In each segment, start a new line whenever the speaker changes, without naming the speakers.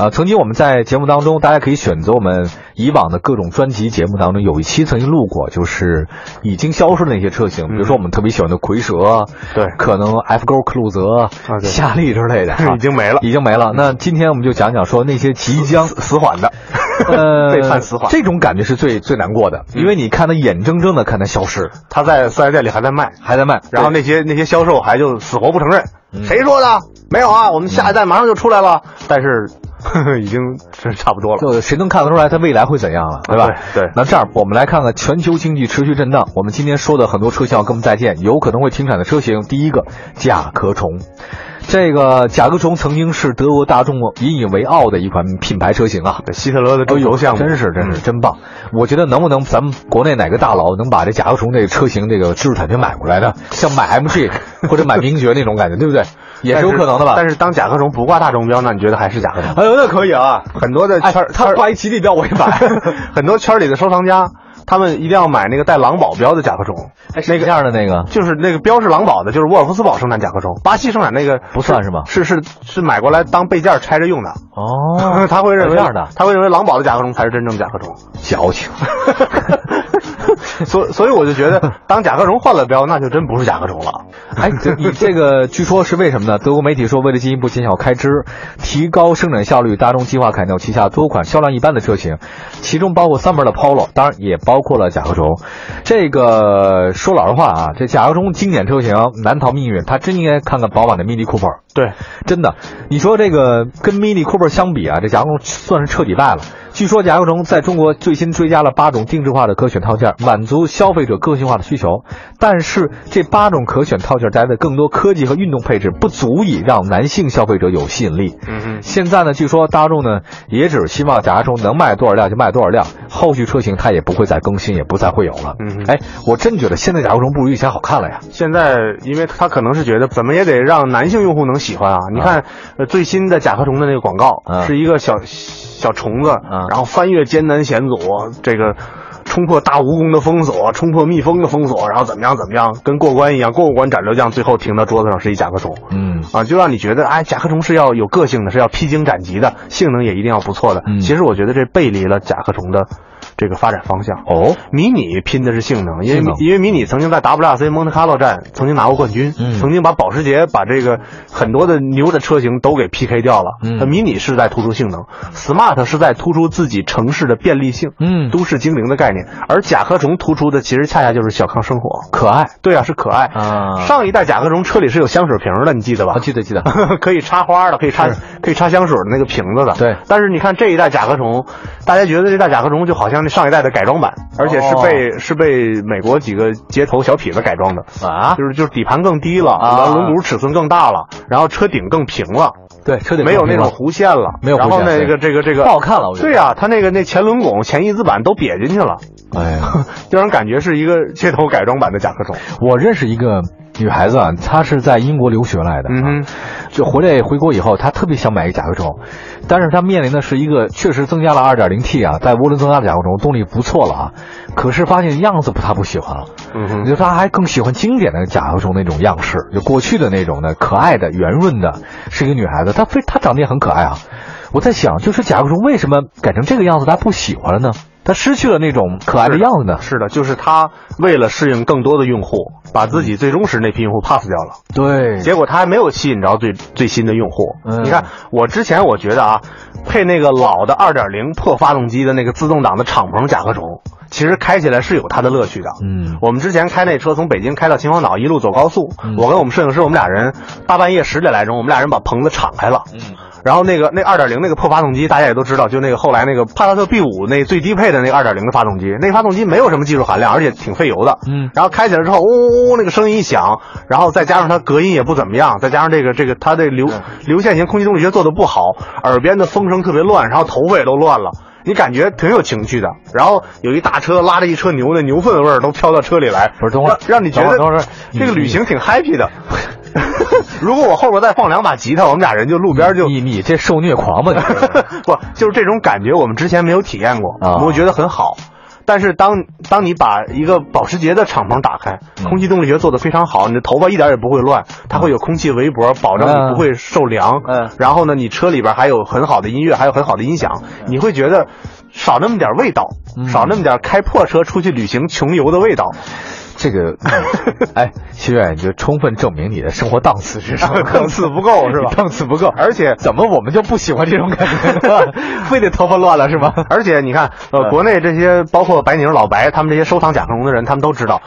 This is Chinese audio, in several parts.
啊，曾经我们在节目当中，大家可以选择我们以往的各种专辑节目当中，有一期曾经录过，就是已经消失的那些车型，比如说我们特别喜欢的蝰蛇，
嗯对啊
可能 F 勾克鲁泽、
对
夏利之类的，
已啊经没了
已经没了。那今天我们就讲讲说那些即将死缓的， 呃，
被判死缓
这种感觉是最最难过的，因为你看他眼睁睁的看他消失，
他在四 S 店里还在卖，
还在卖，
然后那些那些销售还就死活不承认，
嗯
谁说的？没有啊，我们下一代马上就出来了。但是 呵呵已经是差不多了。
就谁能看得出来它未来会怎样了，对吧？
啊对对
那这样，我们来看看全球经济持续震荡。我们今天说的很多车型要跟我们再见，有可能会停产的车型，第一个甲壳虫。这个甲壳虫曾经是德国大众引以为傲的一款品牌车型啊。
这希特勒的
哎
重
呦
头项目，
真是
嗯
真是真棒！我觉得能不能咱们国内哪个大佬能把这甲壳虫这个车型这个知识产权买过来呢？像买 MG 或者买名爵那种感觉，对不对？也是有可能的吧？
但是当甲壳虫不挂大众标，那你觉得还是甲壳虫？
哎呦，那可以啊！
很多的
哎，
圈儿，
他
圈儿
挂一吉利标我也买。
很多圈儿里的收藏家，他们一定要买那个带狼堡标的甲壳虫，
那个样的那个
就是那个标是狼堡的，就是沃尔夫斯堡生产甲壳虫，巴西生产那个
不算是吗
是是是买过来当备件拆着用的。
哦
他会认为
这样的
他会认为狼堡的甲壳虫才是真正甲壳虫。
矫情。
所所以我就觉 得，当甲壳虫换了标，那就真不是甲壳虫了。
哎，这你这个据说是为什么呢？德国媒体说，为了进一步减小开支，提高生产效率，大众计划砍掉旗下多款销量一般的车型，其中包括三门的 Polo，当然也包括了甲壳虫。这个说老实话啊，这甲壳虫经典车型难逃命运，它真应该看看宝马的 Mini Cooper。
对，
真的，你说这个跟 Mini Cooper 相比啊，这甲壳虫算是彻底败了。据说甲壳虫在中国最新追加了八种定制化的可选套件，满足消费者个性化的需求。但是这八种可选套件带来的更多科技和运动配置，不足以让男性消费者有吸引力。
嗯哼，
现在呢，据说大众呢也只希望甲壳虫能卖多少辆就卖多少辆，后续车型它也不会再更新，也不再会有了。
嗯哼
哎，我真觉得现在甲壳虫不如以前好看了呀。
现在因为他可能是觉得怎么也得让男性用户能喜欢啊。你看，呃，最新的甲壳虫的那个广告，
啊
是一个小小虫子，
啊
然后翻越艰难险阻，这个。冲破大蜈蚣的封锁，冲破蜜蜂的封锁，然后怎么样怎么样，跟过关一样，过关斩六将，最后停到桌子上是一甲壳虫。
嗯，
啊，就让你觉得，哎，甲壳虫是要有个性的，是要披荆斩棘的，性能也一定要不错的。
嗯
其实我觉得这背离了甲壳虫的这个发展方向。
哦，
迷你拼的是性能，因为
性能
因为迷你曾经在 WRC 蒙特卡洛站曾经拿过冠军，
嗯
曾经把保时捷把这个很多的牛的车型都给 PK 掉了。
嗯
那迷你是在突出性能，Smart 是在突出自己城市的便利性，
嗯
都市精灵的概念，而甲壳虫突出的其实恰恰就是小康生活。
可爱
对啊，是可爱。
啊
上一代甲壳虫车里是有香水瓶儿的，你记得吧？
啊，记得记得。
可以插花的，可以插可以插香水的那个瓶子的。
对
但是你看这一代甲壳虫，大家觉得这代甲壳虫就好像那上一代的改装版，而且
哦
是被、是被美国几个街头小痞子改装的，
啊，
就是就是底盘更低了，
啊
轮轮毂尺寸更大了，然后车顶更平了，
对，车顶
没有
更
那
平
种
了
弧线了，
没有弧线
然后那
对
个这个这个
不好看了我觉得
对呀、它那个那前轮拱、前翼子板都瘪进去了，
哎呀，
就让人感觉是一个街头改装版的甲壳虫。
我认识一个女孩子啊，她是在英国留学来的，啊
嗯哼，
就回来回国以后，她特别想买一个甲壳虫，但是她面临的是一个确实增加了 2.0T 啊，在涡轮增压的甲壳虫动力不错了啊，可是发现样子不她不喜欢了。
嗯
你，说她还更喜欢经典的甲壳虫那种样式，就过去的那种的可爱的、圆润的，是一个女孩子，她非她长得也很可爱啊。我在想，就是甲壳虫为什么改成这个样子，她不喜欢了呢？她失去了那种可爱的样子呢？
是的，就是他为了适应更多的用户，把
嗯
自己最忠实那批用户 pass 掉了，
对，
结果他还没有吸引着最最新的用户。
嗯
你看，我之前我觉得啊，配那个老的2.0破发动机的那个自动挡的敞篷甲壳虫，其实开起来是有它的乐趣的。
嗯，
我们之前开那车从北京开到秦皇岛，一路走高速。
嗯
我跟我们摄影师，我们俩人大半夜十点来钟，我们俩人把棚子敞开了。
嗯。
然后那个那二点零那个破发动机，大家也都知道，就那个后来那个帕萨特 B 五那最低配的那二点零的发动机，那发动机没有什么技术含量，而且挺费油的。
嗯
然后开起来之后，呜呜呜，那个声音一响，然后再加上它隔音也不怎么样，再加上这个这个它这流流线型空气动力学做的不好，耳边的风声特别乱，然后头发也都乱了。你感觉挺有情趣的，然后有一大车拉着一车牛，那牛粪味儿都飘到车里来，
不是等会儿
让让你觉得
等会儿等会儿
这个
你
旅行挺 happy 的。 如果我后边再放两把吉他，我们俩人就路边就
你你这 受虐狂吧你！
不，就是这种感觉，我们之前没有体验过，
啊
我觉得很好。但是当当你把一个保时捷的敞篷打开，
嗯
空气动力学做得非常好，你的头发一点也不会乱，它会有空气围脖，保证
嗯
你不会受凉。
嗯
然后呢，你车里边还有很好的音乐，还有很好的音响，你会觉得少那么点味道，
嗯
少那么点开破车出去旅行穷游的味 道。
这个，哎，徐远，你就充分证明你的生活档次是什么？
档次不够是吧
档次不够，
而且
怎么我们就不喜欢这种感 觉呢？ 非得头发乱了是吗？
而且你看，
嗯
呃，国内这些包括白宁、老白他们这些收藏甲壳虫的人，他们都知道，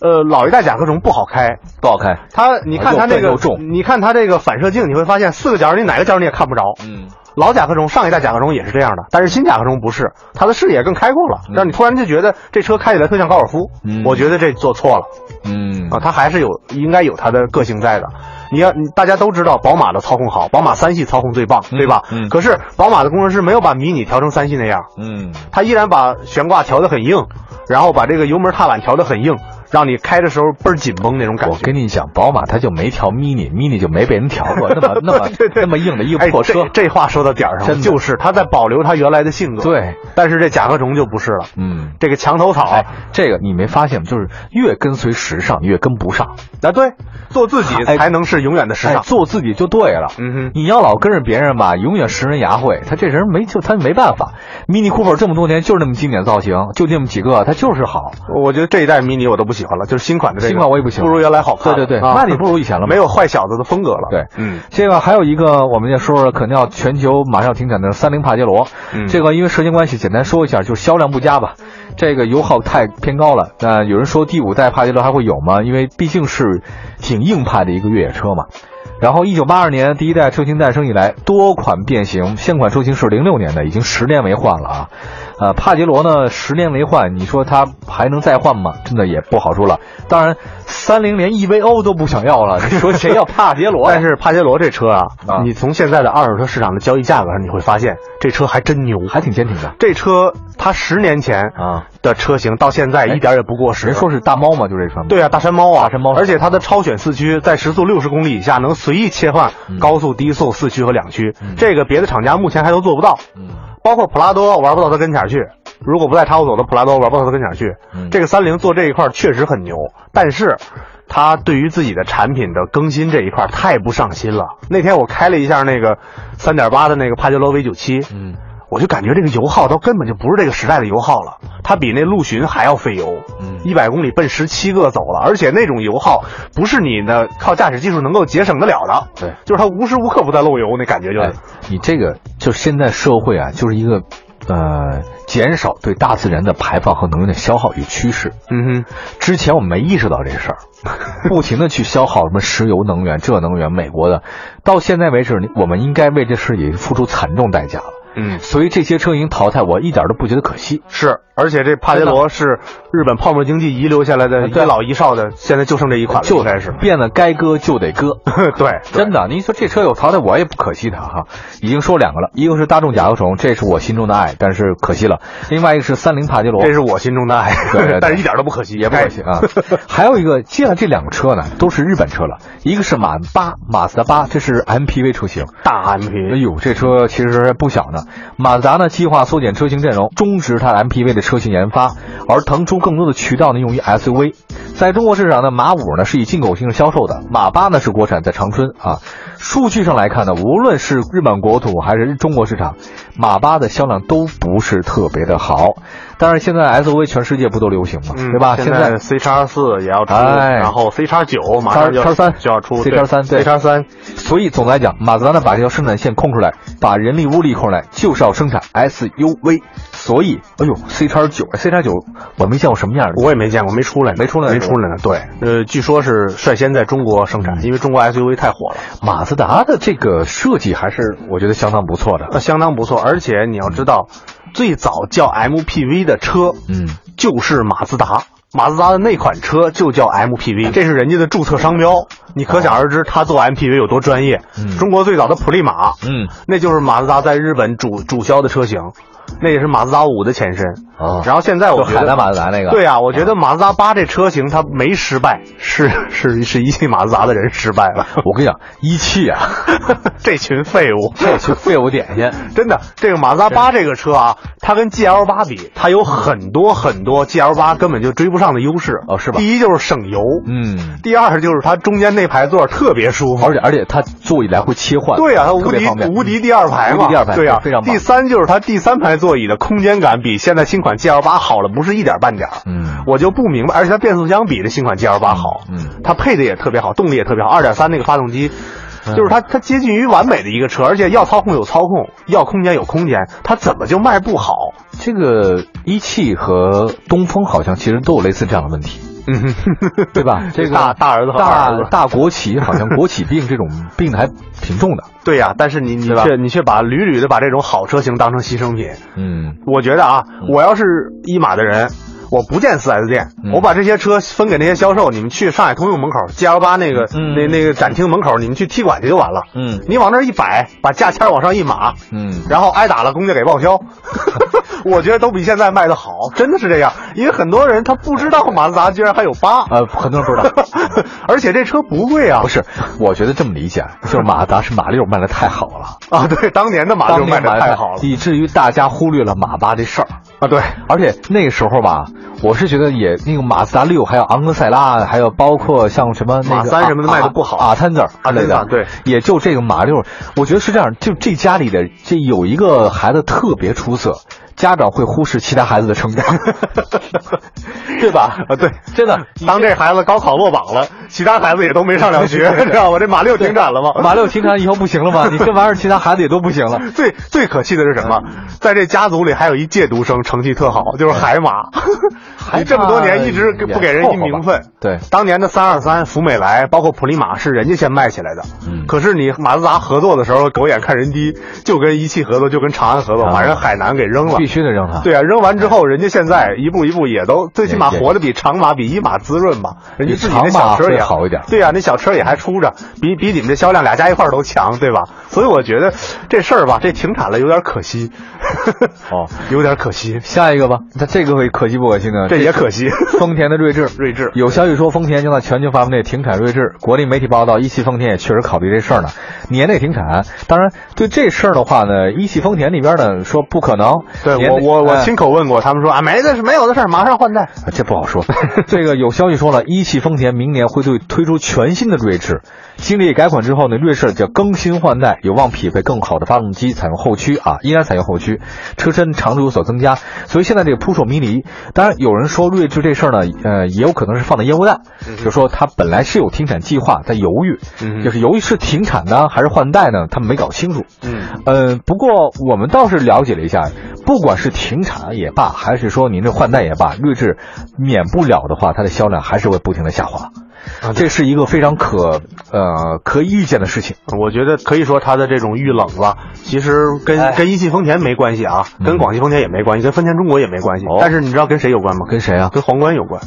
呃，老一代甲壳虫不好开，
不好看，
它你看它这
又笨又
个
重，
你看它这个反射镜，你会发现四个角你哪个角你也看不着。
嗯，
老甲壳虫上一代甲壳虫也是这样的，但是新甲壳虫不是，它的视野更开阔了，
嗯
让你突然就觉得这车开起来特像高尔夫。
嗯
我觉得这做错了
嗯
啊，它还是有应该有它的个性在的。你要你大家都知道宝马的操控好，宝马三系操控最棒，
嗯
对吧？
嗯
可是宝马的工程师没有把迷你调成三系那样，
嗯，
它依然把悬挂调得很硬，然后把这个油门踏板调得很硬，让你开的时候倍儿紧绷那种感
我
觉。
跟你讲，宝马它就没调 mini，mini 就没被人调过，那么那么那么硬的一个
哎
破车，
这这话说到点儿上
真
了，
的
就是他在保留他原来的性格。，
对，
但是这甲壳虫就不是了，
嗯。
这个墙头草啊
哎，，这个你没发现吗？就是越跟随时尚，越跟不上。
啊，对，做自己
哎
才能是永远的时
哎，
尚。
做自己就对了。
嗯哼
你要老跟着别人吧，永远拾人牙慧。他这人没就他没办法。Mini Cooper 这么多年就是那么经典造型，就那么几个，他就是好。
我觉得这一代迷你我都不喜欢了，就是新款的这个，
新款我也不喜欢
不如原来好看
对
了。
对对，
啊
那你不如以前了嘛
没。有坏小子的风格了。
对
嗯，
这个还有一个，我们也说说，可能要全球马上要停产的三菱帕杰罗。
嗯
这个因为时间关系，简单说一下，就是销量不佳吧，这个油耗太偏高了。那有人说第五代帕杰罗还会有吗？因为毕竟是挺硬派的一个越野车嘛。然后，一九八二年第一代车型诞生以来，多款变形，现款车型是零六年的，已经十年为换了啊。呃，帕杰罗呢，十年为换，你说它还能再换吗？真的也不好说了。当然，三菱连 EVO 都不想要了，你说谁要帕杰罗呀？
嗯但是帕杰罗这车啊
啊，
你从现在的二手车市场的交易价格上，你会发现这车还真牛。
还挺坚挺的
这车它十年前
啊。
的车型到现在
哎
一点儿也不过时。
人说是大猫嘛，就这款。，
对啊，大山猫啊，
大山猫
而且它的超选四驱在时速六十公里以下能随意切换高速、低速、四驱和两驱，
嗯
这个别的厂家目前还都做不到。
嗯
包括普拉多玩不到它跟前儿去，如果不带插我走的普拉多玩不到它跟前儿去。
嗯
这个三菱做这一块儿确实很牛，但是。它对于自己的产品的更新这一块儿太不上心了。那天我开了一下那个3.8的那个帕杰罗 V 9 7
嗯
我就感觉这个油耗都根本就不是这个时代的油耗了，它比那陆巡还要费油
嗯，
一百公里奔十七个走了，而且那种油耗不是你的靠驾驶技术能够节省得了的，
对，
就是它无时无刻不在漏油，那感觉就是
哎，你这个就是现在社会啊，就是一个呃减少对大自然的排放和能源的消耗与趋势。
嗯哼，
之前我没意识到这 事儿，不停的去消耗什么石油能源、这能源、美国的，到现在为止，你我们应该为这事也付出惨重代价了。
嗯
所以这些车型淘汰，我一点都不觉得可惜。
是，而且这帕杰罗是日本泡沫经济遗留下来的一
对
老一少的，现在就剩这一款了，
就
啊应该是，
变得该割就得割。
对，
真的，您说这车有淘汰，我也不可惜它哈。已经说两个了，一个是大众甲壳虫，这是我心中的爱，但是可惜了；另外一个是三菱帕杰罗，
这是我心中的爱
对对对，
但是一点都不可惜，
也不可惜啊。还有一个，接下来这两个车呢，都是日本车了，一个是马八，马自达八，这是 MPV 车型。
哎，大
哎
MPV，
呦，这车其实还不小呢。马自达呢计划缩减车型阵容，终止它的 MPV 的车型研发，而腾出更多的渠道呢用于 SUV。在中国市场呢，马五呢是以进口形式销售的，马八呢是国产，在长春啊。数据上来看呢，无论是日本国土还是中国市场，马八的销量都不是特别的好。但是现在 SUV 全世界不都流行嘛，
嗯
对吧？
现
现在
C 叉四也要出，
哎
然后 C 叉九马上就
X- X3
就要出
C 叉三对
C 叉三，
所以总的来讲，马自达呢把这条生产线空出来，把人力物力空出来，就是要生产 SUV。所以，哎呦，C 叉九，C 叉九，我没见过什么样的。
我也没见过，没出来呢，
没出来呢
没出来呢。对，呃，据说是率先在中国生产，因为中国 SUV 太火了，
马自达的这个设计还是我觉得相当不错的。
呃，相当不错。而且你要知道，最早叫 MPV 的车，
嗯，
就是马自达。马自达的那款车就叫 MPV，这是人家的注册商标，你可想而知他做 MPV 有多专业
哦嗯。
中国最早的普利马，
嗯，
那就是马自达在日本主主销的车型。那也是马自达五的前身。
哦
然后现在我
就
觉得
海南马自达那个，哦
对啊，我觉得马自达八这车型它没失败，是是是一汽马自达的人失败了，
我跟你讲，一汽啊，
这群废物。
这去废物点心，
真的，这个马自达八这个车啊，它跟 GL 八比，它有很多很多 GL 八根本就追不上的优势。
哦是吧
第一就是省油，
嗯，
第二就是它中间那排座特别舒服。
而且而且它座椅来回切换，
对啊，它无
特别方
敌
便，嗯
无敌第二排
无
嘛，
敌第二排
对啊，
非常棒
第三就是它第三排座椅的空间感比现在新款 GL 八好了不是一点半点儿。
嗯
我就不明白，而且它变速箱比这新款 GL 八好，
嗯，
它配的也特别好，动力也特别好，二点三那个发动机。
嗯
就是它，它接近于完美的一个车，而且要操控有操控，要空间有空间，它怎么就卖不好？
这个一汽和东风好像其实都有类似这样的问题，
嗯，
对吧？这个
大大儿子和二儿
大
子，
大国企好像国企病这种病还挺重 的，
对呀、但是你你
对吧
却你却把屡屡的把这种好车型当成牺牲品，
嗯
我觉得啊，我要是一马的人，我不建 4S 店，
嗯
我把这些车分给那些销售，你们去上海通用门口 GL 八那个、
嗯
那那个展厅门口，你们去踢馆去就完了。
嗯
你往那儿一摆，把价签儿往上一码，
嗯，
然后挨打了，公家给报 销。我觉得都比现在卖的好，真的是这样，因为很多人他不知道马自达居然还有 八，
呃，很多人不知道。
而且这车不贵啊
不。是，我觉得这么理解，啊就是马自达是马六卖的太好了，
啊，对，当年的马六
当年
卖的
得
太好了
以至于大家忽略了马八这事儿。
啊，对，
而且那时候吧，我是觉得也那个马自达六，还有昂克赛拉，还有包括像什么那个啊
马三什么的卖得不好
阿摊子之类的，
啊对，
也就这个马六，我觉得是这样，就这家里的这有一个孩子特别出色，家长会忽视其他孩子的成长， 对吧？
啊，对，
真的，
当这孩子高考落榜了，其他孩子也都没上了 学，知道吧？这马六停产了吗？
马六停产以后不行了 吗？你这玩意儿，其他孩子也都不行了。
最最可气的是什么？
嗯
在这家族里还有一借读生，成绩特好，就是海马。你 这么多年一
哎
直不给人一名分。
对，
当年的三二三、福美来，包括普利马是人家先卖起来的。
嗯
可是你马自达合作的时候，狗眼看人低，就跟一汽合作，就跟长安合作，
啊
把人海南给扔了
必。须得扔他。
对啊，扔完之后，人家现在一步一步也都最起码
也也
活得比长马、比一马滋润吧，人家自己那
比长马
小车也
会好一点
对啊，那小车也还出着，比比你们这销量俩加一块儿都强，对吧？所以我觉得这事儿吧，这停产了有点可惜，
哦，
有点可惜，
下一个吧，那这个会可惜不可惜呢？
这也可惜。
丰田的锐志，
睿智
有消息说丰田将在全球范围内停产锐志。国内媒体报道，一汽丰田也确实考虑这事儿呢，年内停产。当然，对这事儿的话呢，一汽丰田那边呢说不可能。
对
年
我
内
我我
哎
亲口问过，他们说啊没的是没有的事儿，马上换代。
啊这不好说。这个有消息说了，一汽丰田明年会对推出全新的锐志，经历改款之后呢，锐志叫更新换代，有望匹配更好的发动机，采用后驱啊，依然采用后驱，车身长度有所增加。所以现在这个扑朔迷离。当然，有人说锐志这事儿呢，呃，也有可能是放的烟雾弹，就说它本来是有停产计划，在犹豫，
嗯
就是犹豫是停产呢还是换代呢，他们没搞清楚。
嗯，
呃，不过我们倒是了解了一下，不管是停产也罢，还是说您这换代也罢，锐志免不了的话，它的销量还是会不停的下滑。
啊
这是一个非常可呃可以预见的事情。
我觉得可以说它的这种遇冷吧，其实跟、
哎
跟一汽丰田没关系啊，
嗯
跟广汽丰田也没关系，跟丰田中国也没关系。
哦
但是你知道跟谁有关吗？
跟谁啊？
跟皇冠有关。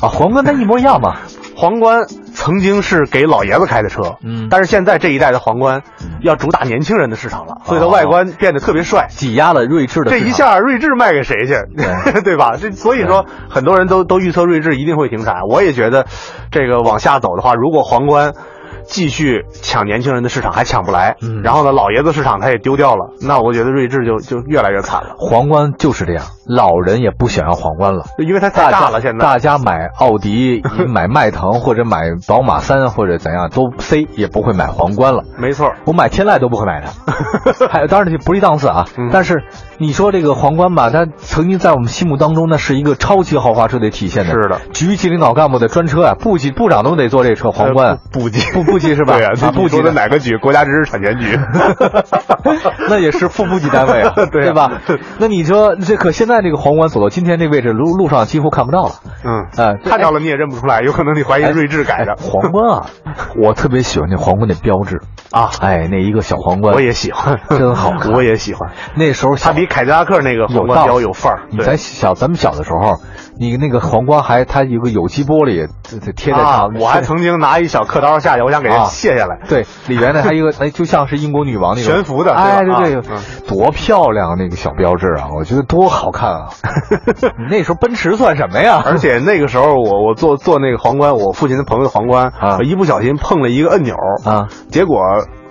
啊，皇冠它一模一样嘛。
皇冠曾经是给老爷子开的车，
嗯
但是现在这一代的皇冠
嗯
要主打年轻人的市场了，所以它外观变得特别帅。
挤压了锐志的
这
市
一
场，
下睿智卖给谁去，
对
对吧？这所以说很多人都都预测睿智一定会停产。我也觉得，这个往下走的话，如果皇冠继续抢年轻人的市场还抢不来，
嗯
然后呢，老爷子市场他也丢掉了，那我觉得睿智就就越来越惨了，
皇冠就是这样，老人也不想要皇冠了。
因为它太
家
大了现在。
大家买奥 迪、买迈腾或者买宝马三或者怎样，都 C 也不会买皇冠了。
没错，
我买天籁都不会 买它，还有当然这不是一档次啊
嗯，
但是你说这个皇冠吧，它曾经在我们心目当中呢是一个超级豪华车的体现的，
是的，
局级领导干部的专车啊，部级部长都得坐这车，皇冠
呃不 部级
部部级是吧？
对呀、
啊部
你
级
说的哪个局？国家知识产权局。
那也是副部级单位啊，
对啊
吧？那你说这可现在这个皇冠走到今天这位置，路路上几乎看不到 了，
嗯，
呃，
看到了你也认不出来，有可能你怀疑睿智改
哎
的。
皇冠啊，我特别喜欢那皇冠的标志
啊
哎，那一个小皇冠，
我也喜欢，
真好看
我也喜欢。
那时候小
它比比凯迪拉克那个皇冠比较有范儿。
你
对
咱小咱们小的时候，你那个皇冠还它有个有机玻璃这这贴在
啊
上，，
我还曾经拿一小刻刀下去，我想给它
啊
卸下来。
对里边呢还有一个哎，就像是英国女王那种
悬浮的
哎，
对吧
对
啊
对，多漂亮那个小标志啊！我觉得多好看 啊！你那时候奔驰算什么呀？
而且那个时候我我做做那个皇冠，我父亲的朋友的皇冠，
啊
我一不小心碰了一个按钮，
啊，
结果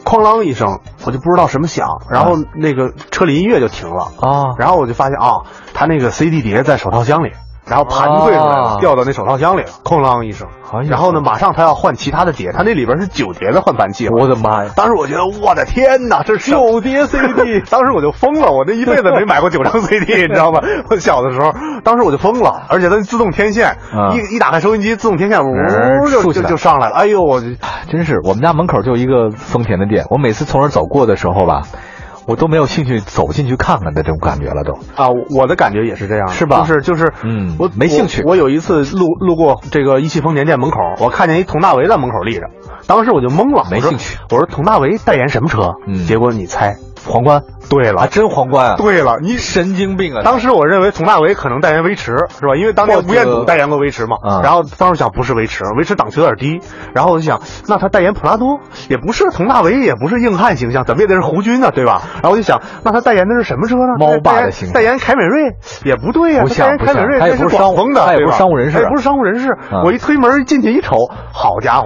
哐啷一声，我就不知道什么响，然后那个车里音乐就停了，
啊，
然后我就发现啊，他那个 CD 碟在手套箱里。然后盘退出来了，
啊
掉到那手套箱里了，哐啷一声
哎。呀
然后呢，马上他要换其他的碟，他那里边是九碟的换盘器。
我的妈呀！
当时我觉得，我的天哪，这九碟 CD，当时 我就疯了，我这一辈子没买过九 张 CD，你知道吗？ 我小的时候，当时我就疯了，而且它自动天线，
啊
一一打开收音机，自动天线呜
嗯
就
竖起
就
来
就上来了，哎呦我就，
真是，我们家门口就有一个丰田的店，我每次从那儿走过的时候吧，我都没有兴趣走进去看看的这种感觉了都。
啊，我我的感觉也是这样，
是吧
就是就是，
嗯
我
没兴趣嗯
我。我有一次路路过这个一汽丰田店门口，我看见一佟大为在门口立着，当时我就懵了，
没
我说
兴趣。
我说佟大为代言什么车？
嗯
结果你猜
皇冠
对
啊，
了，
真皇冠啊！，
对了，你
神经病啊！
当时我认为佟大为可能代言威驰，是吧？因为当年吴彦祖代言过威驰嘛。
嗯
然后当时想不是威驰，威驰档次有点低。然后我就想，那他代言普拉多也不是，佟大为也不是硬汉形象，怎么也得是胡军啊，对吧？然后我就想，那他代言的是什么车呢？
猫爸
代言
的形象
代言凯美瑞也不对呀、
不
他
像
代言凯美瑞
不像他也
那
不是商
广
务
丰的，
他也
对
不
吧
是商务人士啊
他也不是商务人士。
嗯
我一推门进去一瞅，好家伙！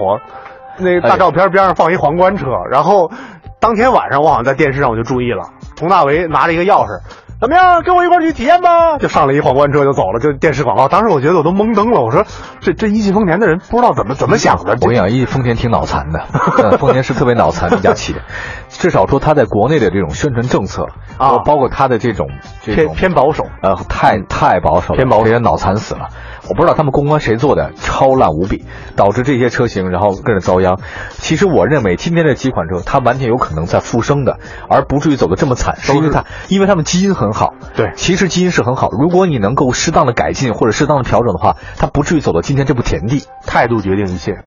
那
哎
大
呦
照片边上放一皇冠车，然后当天晚上我好像在电视上我就注意了，佟大为拿着一个钥匙，怎么样，跟我一块儿去体验吧，就上了一皇冠车就走了，就电视广告。当时我觉得我都懵登了，我说这这一汽丰田的人不知道怎么怎么想的，
我跟你讲，一丰田挺脑残 的，呃丰田是特别脑残的一家企业，至少说它在国内的这种宣传政策
啊
包括它的这种这
偏
种
偏保守。
呃，太太保守了，
偏保守
这些脑残死了。我不知道他们公关谁做的，超烂无比，导致这些车型然后跟着遭殃。其实我认为今天这几款车，它完全有可能在复生的，而不至于走的这么惨，是因为它，因为它们基因很好。
对
其实基因是很好，如果你能够适当的改进或者适当的调整的话，它不至于走到今天这步田地。
态度决定一切。